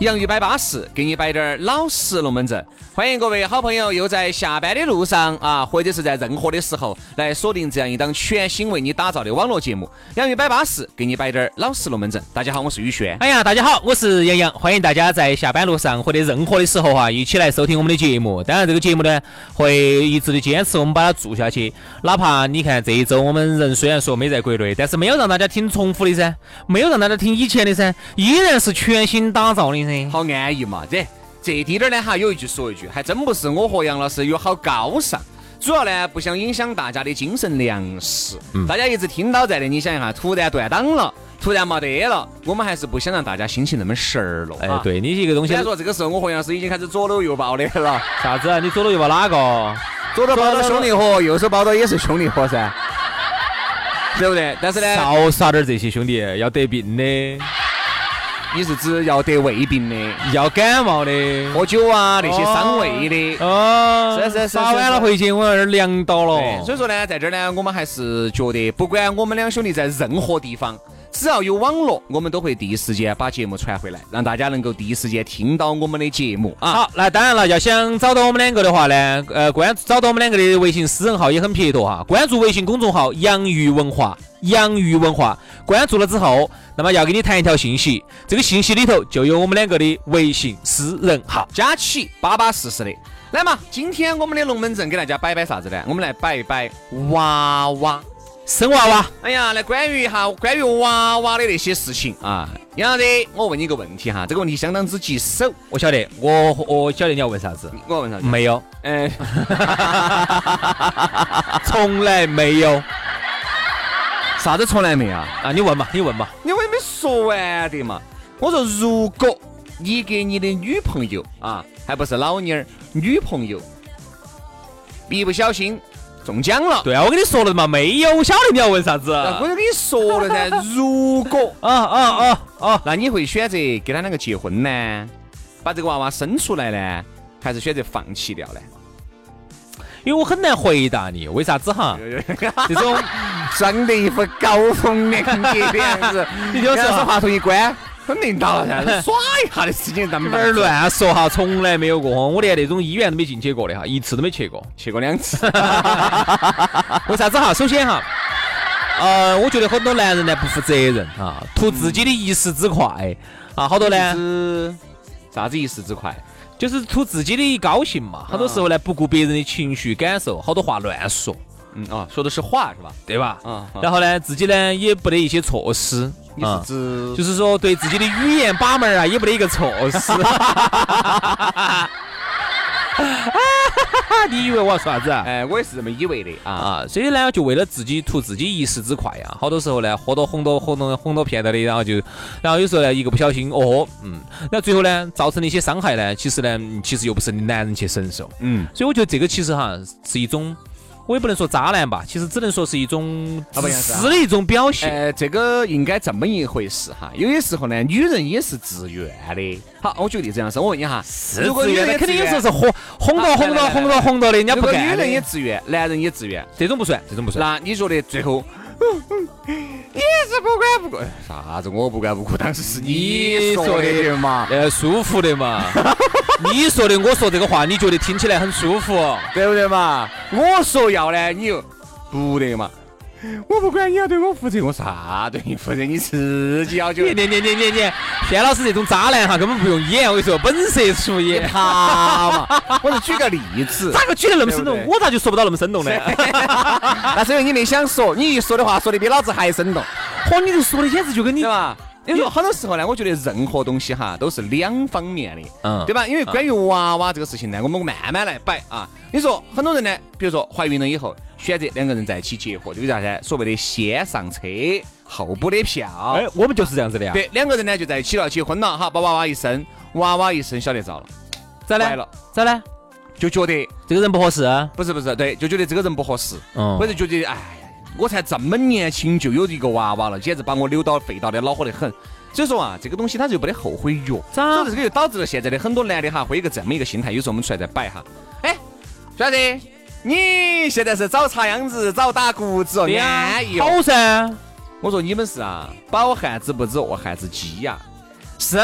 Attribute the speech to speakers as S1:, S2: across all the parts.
S1: 洋芋摆巴适，给你摆点儿老实龙门阵。欢迎各位好朋友又在下班的路上啊，或者是在任何的时候来锁定这样一档全新为你打造的网络节目《洋芋摆巴适》，给你摆点儿老实龙门阵。大家好，我是宇轩。
S2: 哎呀，大家好，我是杨洋，欢迎大家在下班路上或者任何的时候啊，一起来收听我们的节目。当然，这个节目呢，会一直的坚持我们把它做下去。哪怕你看这一周我们人虽然说没在国内，但是没有让大家听重复的噻，没有让大家听以前的噻，依然是全新打造的噻。
S1: 好安逸嘛，这这滴点儿呢哈，有一句说一句，还真不是我和杨老师有好高尚。主要呢，不想影响大家的精神粮食。
S2: 嗯
S1: 大家一直听到在的，你想一下，突然断档了，突然没得了，我们还是不想让大家心情那么神儿了。
S2: 哎
S1: 啊，
S2: 对你这个东西
S1: 虽，然说这个时候我和杨老师已经开始左搂右抱的了，
S2: 啥子啊？你左搂右抱哪个？
S1: 左手抱到兄弟伙，右手抱到也是兄弟伙 噻，对不对？但是呢，
S2: 少耍点这些兄弟，要得病的，
S1: 你是指要得胃病的、
S2: 要感冒的。
S1: 喝酒啊那些伤胃的。
S2: 哦，
S1: 是是啊是
S2: 耍晚
S1: 是
S2: 了回去，我有点凉到
S1: 对
S2: 了。
S1: 所以说呢，在这儿呢，我们还是觉得，不管我们两兄弟在任何地方，只要有网络，我们都会第一时间把节目传回来，让大家能够第一时间听到我们的节目啊。
S2: 好，那当然了，要想找到我们两个的话呢，呃，关注找到我们两个的微信私人号也很撇脱哈，关注微信公众号“洋芋文化”，洋芋文化，关注了之后，那么要给你弹一条信息，这个信息里头就有我们两个的微信私人号。
S1: 加起巴巴适适的。来嘛，今天我们的龙门阵给大家摆摆啥子呢？我们来摆一摆娃娃。
S2: 生娃娃，
S1: 哎呀，来关于一下关于娃娃的那些事情啊，杨老师，我问你一个问题哈，这个问题相当之棘手，
S2: 我晓得，我我晓得你要问啥子，
S1: 我问啥子？
S2: 没有，
S1: 嗯，
S2: 从来没有
S1: 啥子从来没啊？
S2: 啊，你问嘛，你问嘛，
S1: 你我也没说完的嘛。我说，如果你给你的女朋友啊，还不是老妮儿，女朋友一不小心中奖了，
S2: 对啊，我跟你说了嘛，没有，我晓得你要问啥子。
S1: 那
S2: 啊
S1: 我就跟你说了 噻，如果
S2: 啊啊啊！
S1: 那你会选择跟他两个结婚呢，把这个娃娃生出来呢，还是选择放弃掉呢？
S2: 因为我很难回答你，为啥子哈？这种
S1: 装的一副高风亮节的样子，
S2: 你就是
S1: 说话筒一关，肯定到了噻，耍一下的事情咱们
S2: 有点乱啊说哈，从来没有过哈，我连那种医院都没进去过的哈，一次都没去过。
S1: 去过两次，
S2: 为啥子哈？首先哈，呃，我觉得很多男人呢不负责任啊，图自己的一时之快啊，好多呢
S1: 嗯呢，啥子一时之快？
S2: 就是图自己的高兴嘛，很多时候呢不顾别人的情绪感受，好多话乱说，
S1: 嗯啊，说的是话是吧？
S2: 对吧？
S1: 啊
S2: 然后呢，自己呢也不得一些措施
S1: 你
S2: 啊
S1: 是。指
S2: 就是说对自己的语言把门儿啊，也不得一个措施。 你以为我要说啥子啊？
S1: 哎，我也是这么以为的啊。
S2: 啊，所以呢，就为了自己图自己一时之快啊，好多时候呢，喝多哄多哄多哄多骗到的，然后就，然后有时候呢，一个不小心，哦，嗯，那最后呢，造成的一些伤害呢，其实呢，嗯其实又不是你男人去承受，
S1: 嗯，
S2: 所以我觉得这个其实哈是一种，我也不能说渣男吧，其实只能说是一种
S1: 啊不
S2: 自
S1: 然是啊
S2: 私的一种表现。
S1: 呃，这个应该这么一回事哈。有些时候呢，女人也是自愿的。好，我举个例子，杨老师，我问你哈，如果
S2: 自
S1: 女
S2: 愿
S1: 人也
S2: 的肯定有
S1: 自
S2: 时
S1: 愿
S2: 候是哄哄
S1: 啊
S2: 到哄
S1: 来
S2: 到
S1: 来来
S2: 哄
S1: 来
S2: 到哄到的，人家
S1: 如
S2: 不
S1: 果
S2: 干
S1: 女
S2: 的。
S1: 人也自愿，男人也自愿，
S2: 这种不算，这种不算。
S1: 那你觉得最后， 你是不管不顾哎啥子？我不管不顾，当时是你说的对嘛，
S2: 呃，舒服的嘛。 你说的，我说这个话，你觉得听起来很舒服？哦
S1: 对不对嘛？我说要呢，你又不得嘛？我不管，你要对我负责，我啥对你负责？你自己要求
S2: 你。你你你你你，轩老师这种渣男哈，根本不用演，我跟你说，本色出演。
S1: 他嘛，我是举个例 子，
S2: 咋个举得那么生动
S1: 对？不对
S2: 我咋就说不到那么生动呢？
S1: 那是因为你没想说，你一说的话说的比老子还生动，
S2: 嚯，哦你这说的简直就跟你
S1: 对吧？你说很多时候呢，我觉得任何东西哈都是两方面的，
S2: 嗯
S1: 对吧？因为关于娃娃这个事情呢，我们慢慢来摆啊。你说很多人呢，比如说怀孕了以后，选择两个人在一起结合，这个叫啥？所谓的先上车后补的票。
S2: 哎，我们就是这样子的呀。
S1: 对，两个人呢就在一起了，结婚了哈，把娃娃一生，娃娃一生晓得遭了，
S2: 咋
S1: 坏
S2: 呢
S1: 了？
S2: 咋呢？
S1: 就觉得
S2: 这个人不合适啊。
S1: 不是不是，对，就觉得这个人不合适，
S2: 嗯
S1: 或者觉得哎，我才这么年轻就有一个娃娃了，简直把我扭到废到的恼火得很。所以说啊，这个东西它就没得后悔药，
S2: 咋
S1: 所以这个就导致了现在的很多男的哈，会有一个这么一个心态，有时候我们出来再摆哈，哎，晓得你现在是早插秧子，早打谷子哦，安逸哦。
S2: 哎好噻。
S1: 我说你们是啊，饱汉子不知饿汉子饥呀、是，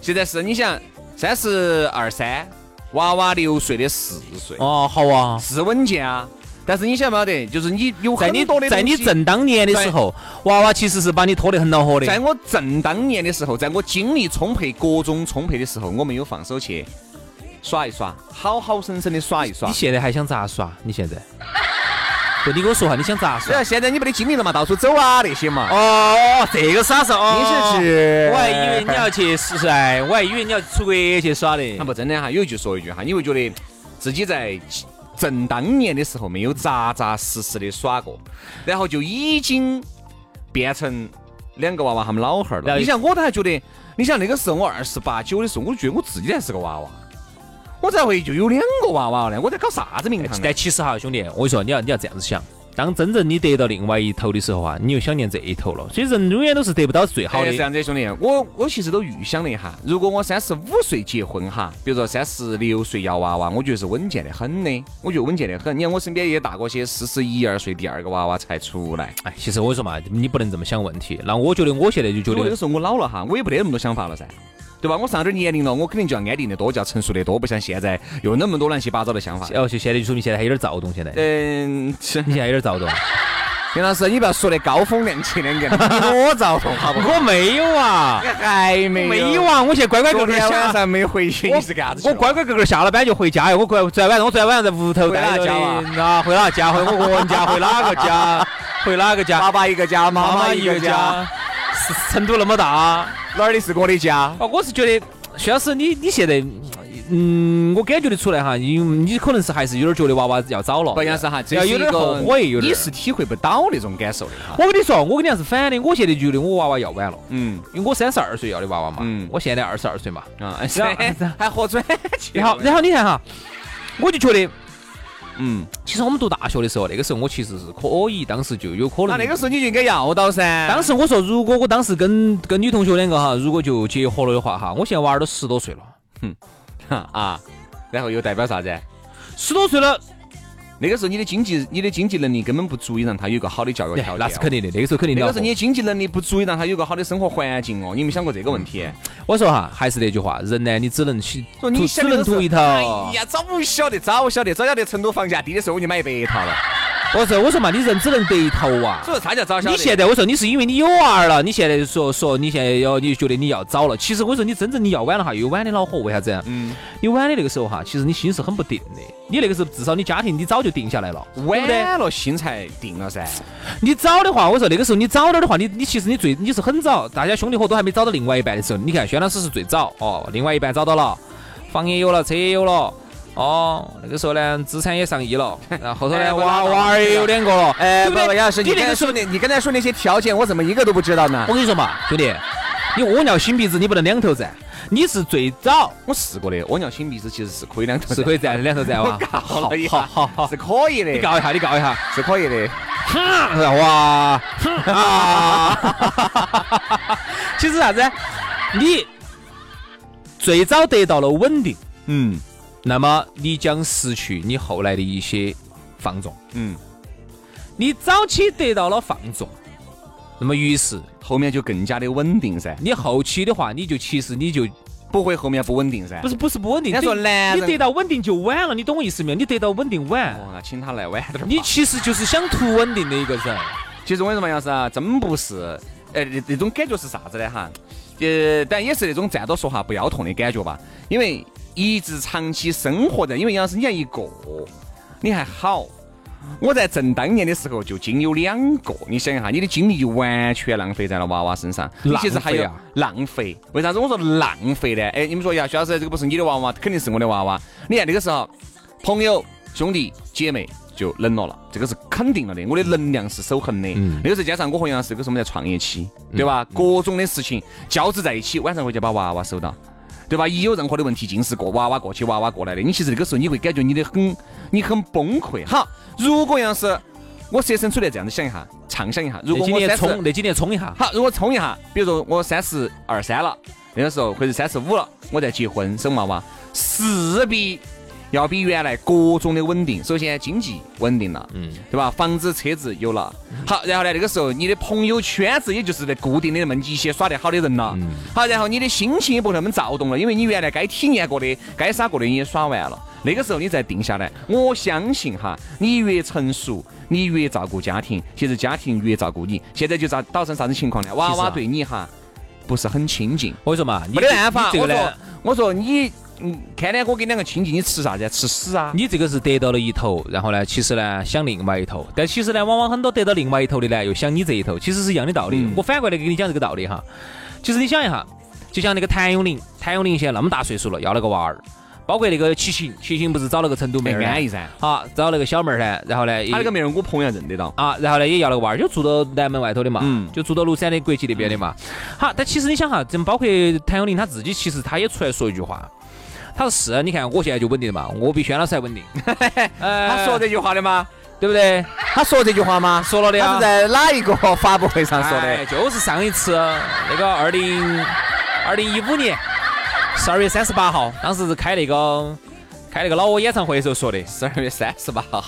S1: 现在是你想三十二三，娃娃六岁的四岁，
S2: 哦，好啊。
S1: 是稳健啊。但是你晓不晓得，就是你有
S2: 在
S1: 很
S2: 你
S1: 多的
S2: 在你
S1: 东西
S2: 正当年的时候，娃娃其实是把你拖得很恼火的。
S1: 在我正当年的时候，在我精力充沛、各种充沛的时候，我没有放手去耍一耍，好好生生的耍一耍
S2: 你。现在还想咋耍？你现 在？对，你给我说哈，你想咋
S1: 虽
S2: 耍
S1: 然？啊现在你没得精力了嘛，到处走啊那些嘛。
S2: 哦，这个耍耍哦。
S1: 你是指
S2: 我还以为你要去试试，哎，我还以为你要出国去耍的
S1: 那。不真的哈，有一句说一句哈，你会觉得自己在正当年的时候没有扎扎实实的耍过，然后就已经变成两个娃娃他们老汉儿
S2: 然
S1: 了。
S2: 后
S1: 你想，我都还觉得，你想那个时候我二十八九的时候，我就觉得我自己还是个娃娃，我咋会就有两个娃娃呢？我在搞啥子名堂呢？
S2: 但其实哈，兄弟，我跟你说，你要你要这样子想，当真正你得到另外一头的时候啊，你又想念这一头了。所以人永远都是得不到最好
S1: 好
S2: 的
S1: 的，哎这。样子，兄弟，我我其实都预想了一下，如果我三十五岁结婚哈，比如说三十六岁要娃娃，我觉得是稳健的很的，我觉得稳健的很。你看我身边也大过些四十一二岁第二个娃娃才出来，
S2: 哎，其实我跟你说嘛，你不能这么想问题。那我觉得我现在就觉
S1: 我那个
S2: 得，
S1: 时候我老了哈，我也不得那么多想法了噻。对吧？我上点年龄了，我肯定就要安定的多，就要成熟的多，不像现在有那么多乱七八糟的想法。
S2: 哦，就现在就说明现在还有点躁动。现在
S1: 嗯，是
S2: 你现在有点躁动。
S1: 杨老师，你不要说的高风亮节两个， 你多躁动好不好？
S2: 我没有啊，
S1: 你还没
S2: 没有啊，我现在乖乖个
S1: 昨
S2: 个
S1: 天晚
S2: 下。
S1: 上没回去，
S2: 我
S1: 你是干啥子去
S2: 我
S1: 了？
S2: 乖乖个个下了班就回家呀。我乖，昨天晚上我昨天晚上在屋头
S1: 回
S2: 待
S1: 哪
S2: 着
S1: 家啊
S2: 的啊，回哪家？回我个人家，回哪个 家？回哪个
S1: 爸
S2: 家？
S1: 爸一个家，妈妈一个家，。
S2: 是成都那么大啊，哦
S1: 哪里是我的家？
S2: 我是觉得薛老师，你你现在，嗯，我感觉得出来哈，因为你可能是还是有点觉得娃娃要早了，
S1: 不像是哈，这
S2: 要
S1: 是
S2: 有
S1: 一
S2: 点
S1: 个
S2: 后悔，有点
S1: 你。是体会不到那种感受的哈。
S2: 我跟你说，我跟你还是反的，我现在觉得我娃娃要晚了，
S1: 嗯
S2: 因为我三十二岁要啊的娃娃嘛，
S1: 嗯
S2: 我现在二十二岁嘛，
S1: 啊，
S2: 然后
S1: 还活 转去
S2: 然后然后你看哈，我就觉得。
S1: 嗯，
S2: 其实我们读大学的时候，那个时候我其实是可以，当时就有可能。
S1: 啊那那个时候你就应该要到 噻。
S2: 当时我说，如果我当时跟跟女同学两个哈，如果就结合了的话哈，我现在娃儿都十多岁了，
S1: 啊，然后又代表啥子？
S2: 十多岁了，
S1: 那个时候你的经济，你的经济能力根本不足以让他有个好的教育
S2: 哎
S1: 条件。哦
S2: 那是肯。定的，那个时候肯定
S1: 啊那
S2: 的。
S1: 个时候你的哦经济能力不足以让他有个好的生活环境哦，你有没有想过这个问题？
S2: 我说哈，还是那句话，人呢，你只能去，
S1: 说你
S2: 只
S1: 想的都
S2: 能
S1: 是
S2: 图一头。
S1: 哎呀，早晓得，早晓得，早晓得成都房价低的时候我就买一百套了。
S2: 我说，我说嘛，你人只能得一头啊。
S1: 所以啥叫早晓得？
S2: 你现在我说你是因为你有娃儿了，你现在说说你现在要你觉得你要早了，其实我说你真正你要晚了哈，又晚的恼火，为啥子呀？
S1: 嗯，
S2: 你晚的那个时候哈，其实你心是很不定的，你那个时候至少你家庭你早就定下来了，对不对？
S1: 晚了心才定了噻。
S2: 你早的话，我说那个时候你早点的话，你你其实你最你是很早，大家兄弟伙都还没找到另外一半的时候，你看轩老师是最早哦，另外一半找到了，房也有了，车也有了，哦，那个时候呢资产也上亿了，然后后头
S1: 哎
S2: 呢
S1: 我
S2: 娃
S1: 老
S2: 娃儿也有两个了，
S1: 哎，
S2: 对
S1: 不
S2: 不
S1: 不，
S2: 对？
S1: 杨老师，
S2: 你
S1: 你
S2: 那
S1: 刚
S2: 个
S1: 才
S2: 时候
S1: 说那，你刚才说那些条件，我怎么一个都不知道呢
S2: 我？跟你说嘛，兄弟，你蜗鸟心鼻子你不能两头站，你是最早
S1: 我试过的，蜗鸟心鼻子其实是可以两啊头，
S2: 是可以站两头站
S1: 我
S2: 哇，
S1: 搞
S2: 好
S1: 了一
S2: 好
S1: 下，
S2: 好好，
S1: 是可以
S2: 你
S1: 的，
S2: 告一下，你告一下，
S1: 是可以的。
S2: 哇，啊，其实啥子？你最早得到了稳定，
S1: 嗯
S2: 那么你将失去你后来的一些放纵。
S1: 嗯，
S2: 你早期得到了放纵，那么于是
S1: 后面就更加的稳定噻，
S2: 你后期的话，你就其实你就
S1: 不会后面不稳定噻。
S2: 不
S1: 是，
S2: 是不是不稳定。
S1: 哎人家说
S2: 对
S1: 男
S2: 你
S1: 人
S2: 得到稳定就晚了，你懂我意思没有？你得到稳定晚，
S1: 哦，那请他来晚点儿吧。
S2: 你其实就是想图稳定的一个人。
S1: 其实我跟你说嘛，杨老师啊，真不是，呃，那那种感觉是啥子呢？哈，呃，但也是那种站着说话不腰痛的感觉吧，因为一直长期生活在，因为杨老师你还一个，你还好。我在正当年的时候就仅有两个，你想一下，你的精力就完全浪费在了娃娃身上。你其实还有
S2: 浪费啊
S1: 浪费，为啥子我说浪费呢？哎，你们说呀，薛老师，这个不是你的娃娃，肯定是我的娃娃。你看那个时候，朋友、兄弟、姐妹就冷了了，这个是肯定了的。我的能量是守恒的，
S2: 嗯
S1: 那个时候加上我和杨老师，那个时候我们在创业期，对吧？各种的事情交织在一起，晚上回去把娃娃收到，对吧？一有任何的问题，尽是过娃娃过去，娃娃过来的。你其实那个时候你会感觉你的很，你很崩溃。好，如果杨老师，我设身处地这样子想一下，畅想一下，如
S2: 那
S1: 果
S2: 几
S1: 我
S2: 年
S1: 三十
S2: 冲，那几年冲一下，
S1: 好，如果冲一下，比如说我三十二三了，那个时候或者三十五了，我再结婚生娃娃，势必要比原来各种的稳定。首先经济稳定了，嗯，对吧？房子车子有了，
S2: 嗯
S1: 好，然后呢，那个时候你的朋友圈子也就是那固定的那么一些耍得好的人了，
S2: 嗯
S1: 好，然后你的心情也不那么躁动了，因为你原来该体验过的、该耍过的你也耍完了。那个时候你再定下来，我相信哈，你越成熟，你越照顾家庭，其实家庭越照顾你。现在就咋导成啥子情况呢？娃
S2: 其实
S1: 娃
S2: 啊
S1: 对你哈不是很亲近，
S2: 我跟你说嘛，你
S1: 没得办法。
S2: 你这
S1: 我
S2: 个
S1: 说
S2: 呢，
S1: 我说你，嗯，看来我跟两个亲近，你吃啥子啊？吃屎啊！
S2: 你这个是得到了一头，然后呢，其实呢想另外一头，但其实呢，往往很多得到另外一头的呢，又想你这一头，其实是一样的道理。
S1: 嗯
S2: 我反过来给你讲这个道理哈，其实你想一下，就像那个谭咏麟，谭咏麟现在那么大岁数了，要了个娃儿，包括那个齐秦，齐秦不是找了个成都妹
S1: 没
S2: 儿呢
S1: 安逸噻。
S2: 啊，找那个小妹儿噻，然后呢，也
S1: 他那个妹儿，我朋友认得到。
S2: 啊，然后呢也要了个娃儿，就住到南门外头的嘛，
S1: 嗯
S2: 就住到庐山的国际那边的嘛。好，但其实你想哈，这包括谭咏麟他自己，其实他也出来说一句话，他说是，啊你看我现在就稳定了嘛，我比轩老师还 稳定。呃
S1: 他说这句话的吗？
S2: 对不对？
S1: 他说这句话吗？
S2: 说了的
S1: 他
S2: 啊
S1: 是，在哪一个发布会上说
S2: 哎
S1: 的？
S2: 就是上一次那个二零二零一五年十二月三十八号，当时是开那个开那个老挝演唱会的时候说的，
S1: 十二月三十八号。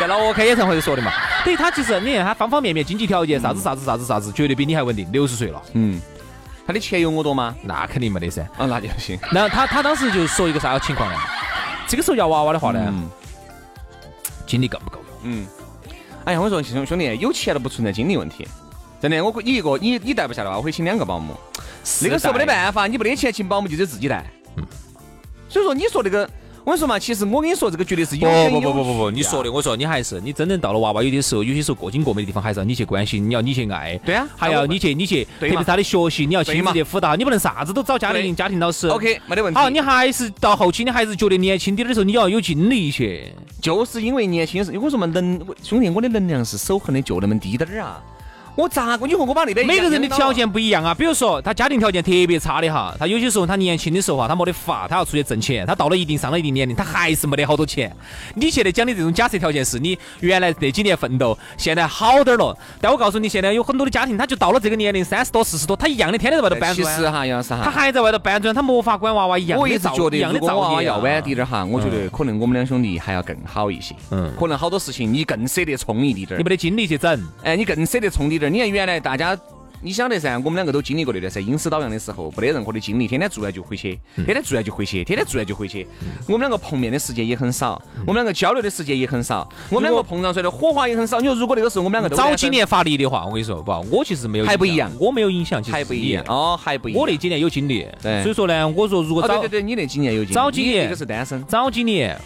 S2: 在老挝开演唱会的时候说的嘛。等于他其实你看他方方面面，经济条件啥子啥子啥子啥子，绝对比你还稳定，六十岁了，
S1: 嗯，他的钱有我多吗？
S2: 那肯定没得噻。
S1: 啊，那就不行。
S2: 然后他他当时就说一个啥情况呢？这个时候要娃娃的话呢，
S1: 嗯
S2: 精力够不够用？
S1: 嗯。哎呀，我说兄兄弟，有钱都不存在精力问题，真的。我估你一个你你带不下的话，我会请两个保姆。那个时候没得办法，你没得钱请保姆就得自己带。
S2: 嗯
S1: 所以说，你说那个，我跟你说嘛，其实我跟你说，这个绝对是有
S2: 不
S1: 根
S2: 不
S1: 有
S2: 不不不不，
S1: 据
S2: 你
S1: 啊
S2: 说的，我说你还是你真正到了娃娃有的时候，有些时候过紧过美的地方，还是要你去关心，你要你去爱，
S1: 对啊
S2: 还要你去你去，特
S1: 对
S2: 别
S1: 嘛
S2: 是他的学习，你要
S1: 对
S2: 亲
S1: 嘛
S2: 自去辅导，你不能啥子都找家
S1: 对
S2: 庭家庭老师。
S1: OK，没得问题。
S2: 好，你还是到后期，你还是觉得年轻点的时候，你要有精力去。
S1: 就是因为年轻的时候，我说嘛，能我兄弟，我的能量是守恒的，就那么滴点儿啊。我咋个？你和我把那边
S2: 每个人的
S1: 一样
S2: 条件不一样啊，比如说他家庭条件特别差的
S1: 啊
S2: 哈，他有些时候他年轻的时候啊，他没得法，他要出去挣钱，他到了一定上了一定年龄，他还是没得好多钱。你现在讲的这种假设条件是你原来那几年奋斗，现在好点儿了，但我告诉你，现在有很多的家庭，他就到了这个年龄，三十多、四十多，他一样的天天在外头搬
S1: 哎其
S2: 砖，
S1: 实哈，杨老师
S2: 他
S1: 哈，
S2: 还在外头搬砖，他没法管娃娃一样
S1: 我一
S2: 的
S1: 直
S2: 造
S1: 觉
S2: 一
S1: 得
S2: 样的
S1: 如果娃
S2: 造
S1: 娃
S2: 孽
S1: 要
S2: 啊。
S1: 晚滴点儿哈，我觉得可能我们两兄弟还要更好一些。
S2: 嗯
S1: 可能好多事情你更舍得冲一滴点儿，
S2: 你没得精力去整，
S1: 哎，你更舍得冲滴点儿。你看原来大家。你晓得噻，我们两个都经历过那段噻，阴湿倒阳的时候，没得任何的精力，天天做完就回去，天天做完就回去，天天做完就回去。我们两个碰面的时间也很少，我们两个交流的时间也很少，我们两个碰撞出来的火花也很少。你说如果那个时候我们两个都
S2: 早
S1: 单
S2: 几
S1: 身
S2: 年发力的话，我跟你说不，我其实没有
S1: 还不
S2: 影响
S1: 一样
S2: 我没有影响，其实
S1: 还不
S2: 是
S1: 一
S2: 你
S1: 样哦，还不一样。
S2: 我那几年有精力，
S1: 对
S2: 所以说呢，我说如果
S1: 哦，对
S2: 早
S1: 对对，你那几年有经历，
S2: 早几年
S1: 你那个是单身，
S2: 早几年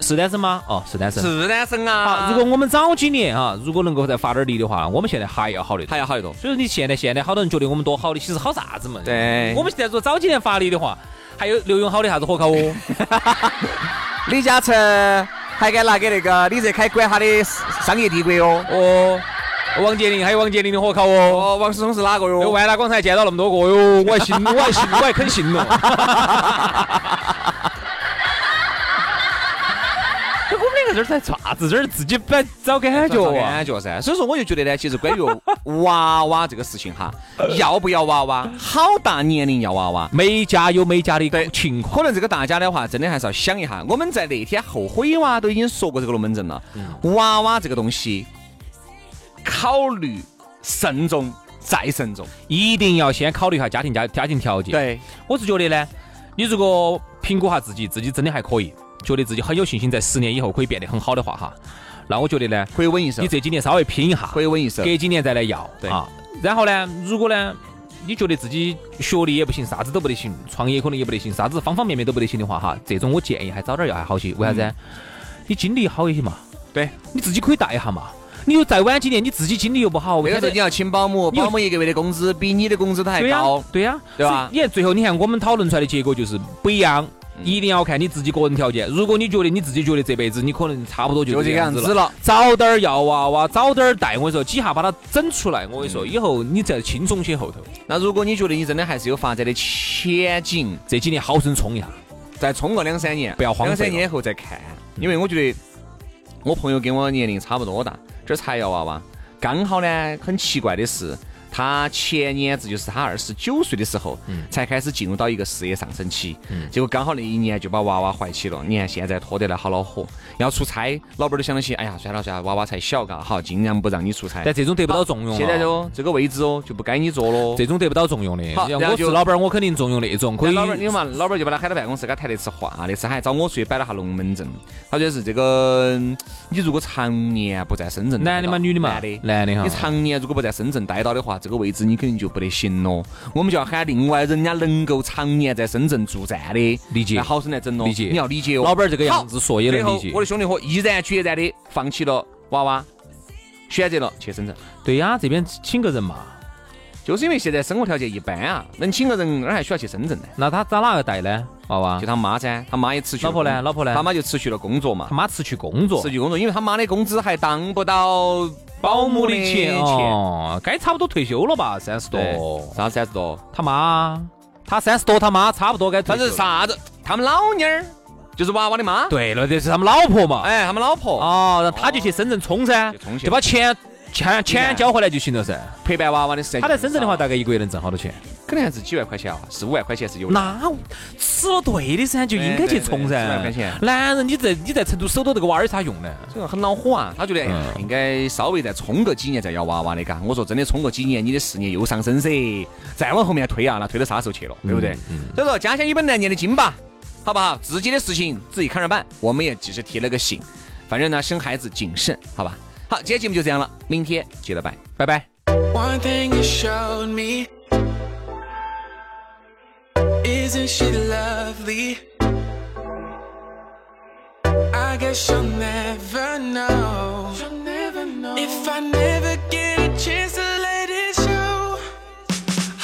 S2: 是单身吗？哦，是单身。
S1: 是单身
S2: 啊，
S1: 啊。
S2: 如果我们早几年哈，如果能够再发点力的话，我们现在还要好得多。
S1: 还要好得多。
S2: 所以说你现在现在好多人觉得我们多好的，其实好啥子嘛？
S1: 对
S2: 我们现在说早几年发力的话，还有刘永好的啥子火烤哦，
S1: 李嘉诚还敢拿给那个李泽楷管他的商业帝国哟。
S2: 哦，王健林还有王健林的火烤哦。
S1: 哦，王思聪是哪个
S2: 那
S1: 哟？
S2: 万达广场还见到那么多个 哟，我还信，我还信，我还肯信了。 这我们两个这儿在做啥子？这儿自己摆找感觉啊！
S1: 感觉噻，所以说我就觉得呢，其实关于 娃娃这个事情哈，要不要娃娃，好大年龄要娃娃，
S2: 每家有每家的情况。
S1: 可能这个大家的话，真的还是要想一下。我们在那天后悔哇都已经说过这个龙门阵了，娃娃这个东西，考虑慎重再慎重。
S2: 一定要先考虑一下家庭家家庭条件。，
S1: 对，
S2: 我是觉得呢，你如果评估下自己，自己真的还可以，觉得自己很有信心，在十年以后可以变得很好的话哈，那我觉得呢，
S1: 回稳一手
S2: 你，这几年稍微拼一下，
S1: 回稳一手。
S2: 隔几年再来要
S1: 对
S2: 啊。然后呢，如果呢，你觉得自己学历也不行，啥子都不得行，创业可能也不得行，啥子方方面面都不得行的话哈，这种我建议还早点要还好些，为啥子呢？你精力好一些嘛，
S1: 嗯对，
S2: 你自己可以带一下嘛。你又再晚几年，你自己精力又不好，
S1: 那
S2: 为
S1: 个
S2: 啥
S1: 时
S2: 子
S1: 候你要请保姆，
S2: 你有
S1: 保姆一个月的工资比你的工资都还
S2: 对呀
S1: 高。，
S2: 对呀，
S1: 对吧
S2: 所以你看最后你看我们讨论出来的结果就是不一样，一定要看你自己个人条件。如果你觉得你自己觉得这辈子你可能差不多
S1: 就
S2: 这
S1: 这个样
S2: 子
S1: 子了，
S2: 早点儿要娃娃，早点儿带。我跟你说，几下把它整出来，我跟你
S1: 嗯
S2: 说，以后你再轻松些后头。
S1: 那如果你觉得你真的还是有发展的前景，
S2: 这几年好生冲一下，
S1: 再冲个两三年，
S2: 不要荒废嗯
S1: 两三年后再看，因为我觉得我朋友跟我年龄差不多大，这儿才要娃娃，刚好呢，很奇怪的是。他前年子就是他二十九岁的时候，
S2: 嗯
S1: 才开始进入到一个事业上升期，结果刚好那一年就把娃娃怀起了。你看现在拖得来好恼火，要出差，老伴儿都想得起，哎呀，算了算了，娃娃才小嘎，好，尽量不让你出差。
S2: 但这种得不到重用啊
S1: 现在哦，这个位置哦，就不该你坐了。
S2: 这种得不到重用的。
S1: 好
S2: 要
S1: 然后
S2: 我是
S1: 就
S2: 老板儿，我肯定重用那种可以。
S1: 老板，你嘛，老板就把他喊到办公室，跟他谈了一次话。那次还找我出去摆了下龙门阵。他就是这个，你如果常年不在深圳，
S2: 男的嘛，女的嘛，
S1: 男的。
S2: 男的哈
S1: 你。常年如果不在深圳待到的话，这个位置你肯定就不得行咯。我们就要喊另外人家能够常年在深圳驻站的，
S2: 理解
S1: 那好生来整咯。
S2: 理解
S1: 你要理解哦。
S2: 老板儿这个样子说也能
S1: 最后
S2: 理解
S1: 我的兄弟伙毅然决然的放弃了娃娃，选择了去深圳，
S2: 对呀，这边请个人嘛，
S1: 就是因为现在生活条件一般啊，能请个人哪儿还需要去深圳呢？
S2: 那他找哪个带呢？
S1: 嗯
S2: 娃娃
S1: 就，他妈噻，他妈也辞去了
S2: 老婆呢
S1: 工
S2: 老婆呢
S1: 他妈就辞去了工作嘛
S2: 他，妈辞去工作
S1: 辞，去工作，因为他妈的工资还当不到
S2: 保姆
S1: 的
S2: 的钱哦，该差不多退休了吧，三十
S1: 对
S2: 多，。
S1: 啥子三十多？
S2: 他妈，他三十多，他妈差不多该退
S1: 反
S2: 休
S1: 正
S2: 了。
S1: 啥子，他们老妞儿就是娃娃的妈，
S2: 对了，这是他们老婆嘛。
S1: 哎，他们老婆
S2: 哦，然后他就去深圳冲噻
S1: 就冲，去
S2: 就把钱
S1: 啊
S2: 钱钱交回来就行了噻。
S1: 陪伴娃娃的时间就
S2: 他
S1: 很少，
S2: 在深圳的话，大概一个月能挣好多钱？
S1: 可能还是几万块钱啊，四五万块钱是有的。
S2: 那吃了对的噻，就应该去
S1: 对对对
S2: 冲
S1: 几万块
S2: 噻
S1: 钱。
S2: 男人，你在你在成都守到这个娃儿有啥用呢？
S1: 这个很恼火啊，他觉得哎呀应该稍微再冲个几年再要娃娃的，嘎。我说真的，冲个几年，你的事业又上升噻，再往后面推啊，那推到啥时候去了，对不对？所以说，家乡有本难念的经吧，好不好？自己的事情自己看着办。我们也只是提了个醒，反正呢，生孩子谨慎，好吧？好，今天节目就这样了，明天接着拜。
S2: 拜拜。
S3: One thing you showed me Isn't she lovely? I guess you'll never know You'll never know If I never get a chance to let it show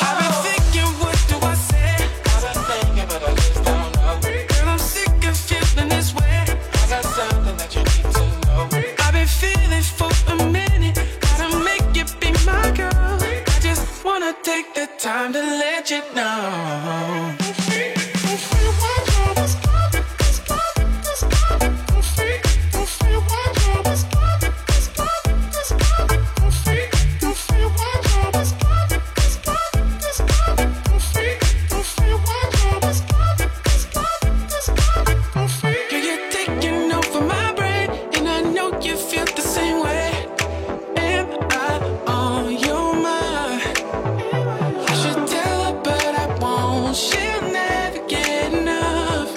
S3: I've been thinking, what do I say? I've been thinking, but I just don't know Girl, I'm sick of feeling this way I got something that you need to know I've been feeling for a minute Gotta make it be my girl I just wanna take the time to let you know Girl, you're taking over my brain, and I know you feel the same way. Am I on your mind? I should tell her, but I won't. She'll never get enough.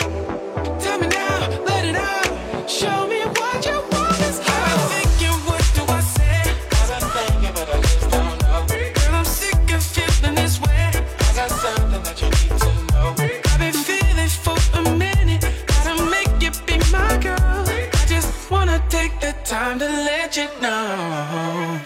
S3: Tell me now, let it out. Show me what you want. Is I've been thinking, what do I say? I've been thinking, but I just don't know. Girl, I'm sick of feeling this way. I got something that you need to know. I've been feeling for a minute. Gotta make it be my girl. I just wanna take the time to let you know.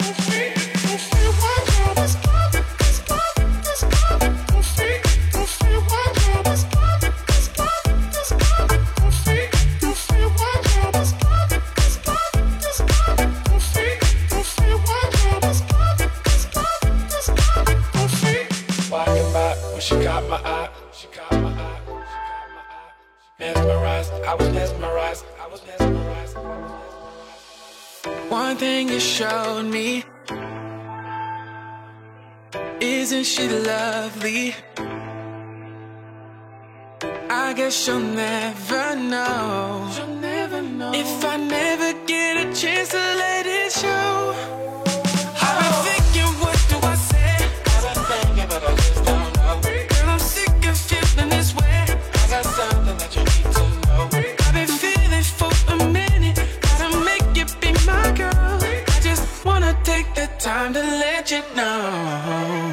S3: Walking by when she caught my eye. She caught my eye. She caught my eye. Mesmerized. I was mesmerized. I was mesmerized. I was mesmerized. One thing you showed me isn't she lovely? I guess you'll never know. You'll never know if I never get a chance to let it show. I've been thinking, what do I say? I've been thinking, but I just don't know. Girl, I'm sick of feeling this way. I got something that you need to know. I've been feeling for a minute. Gotta make it be my girl. I just wanna take the time to let you know.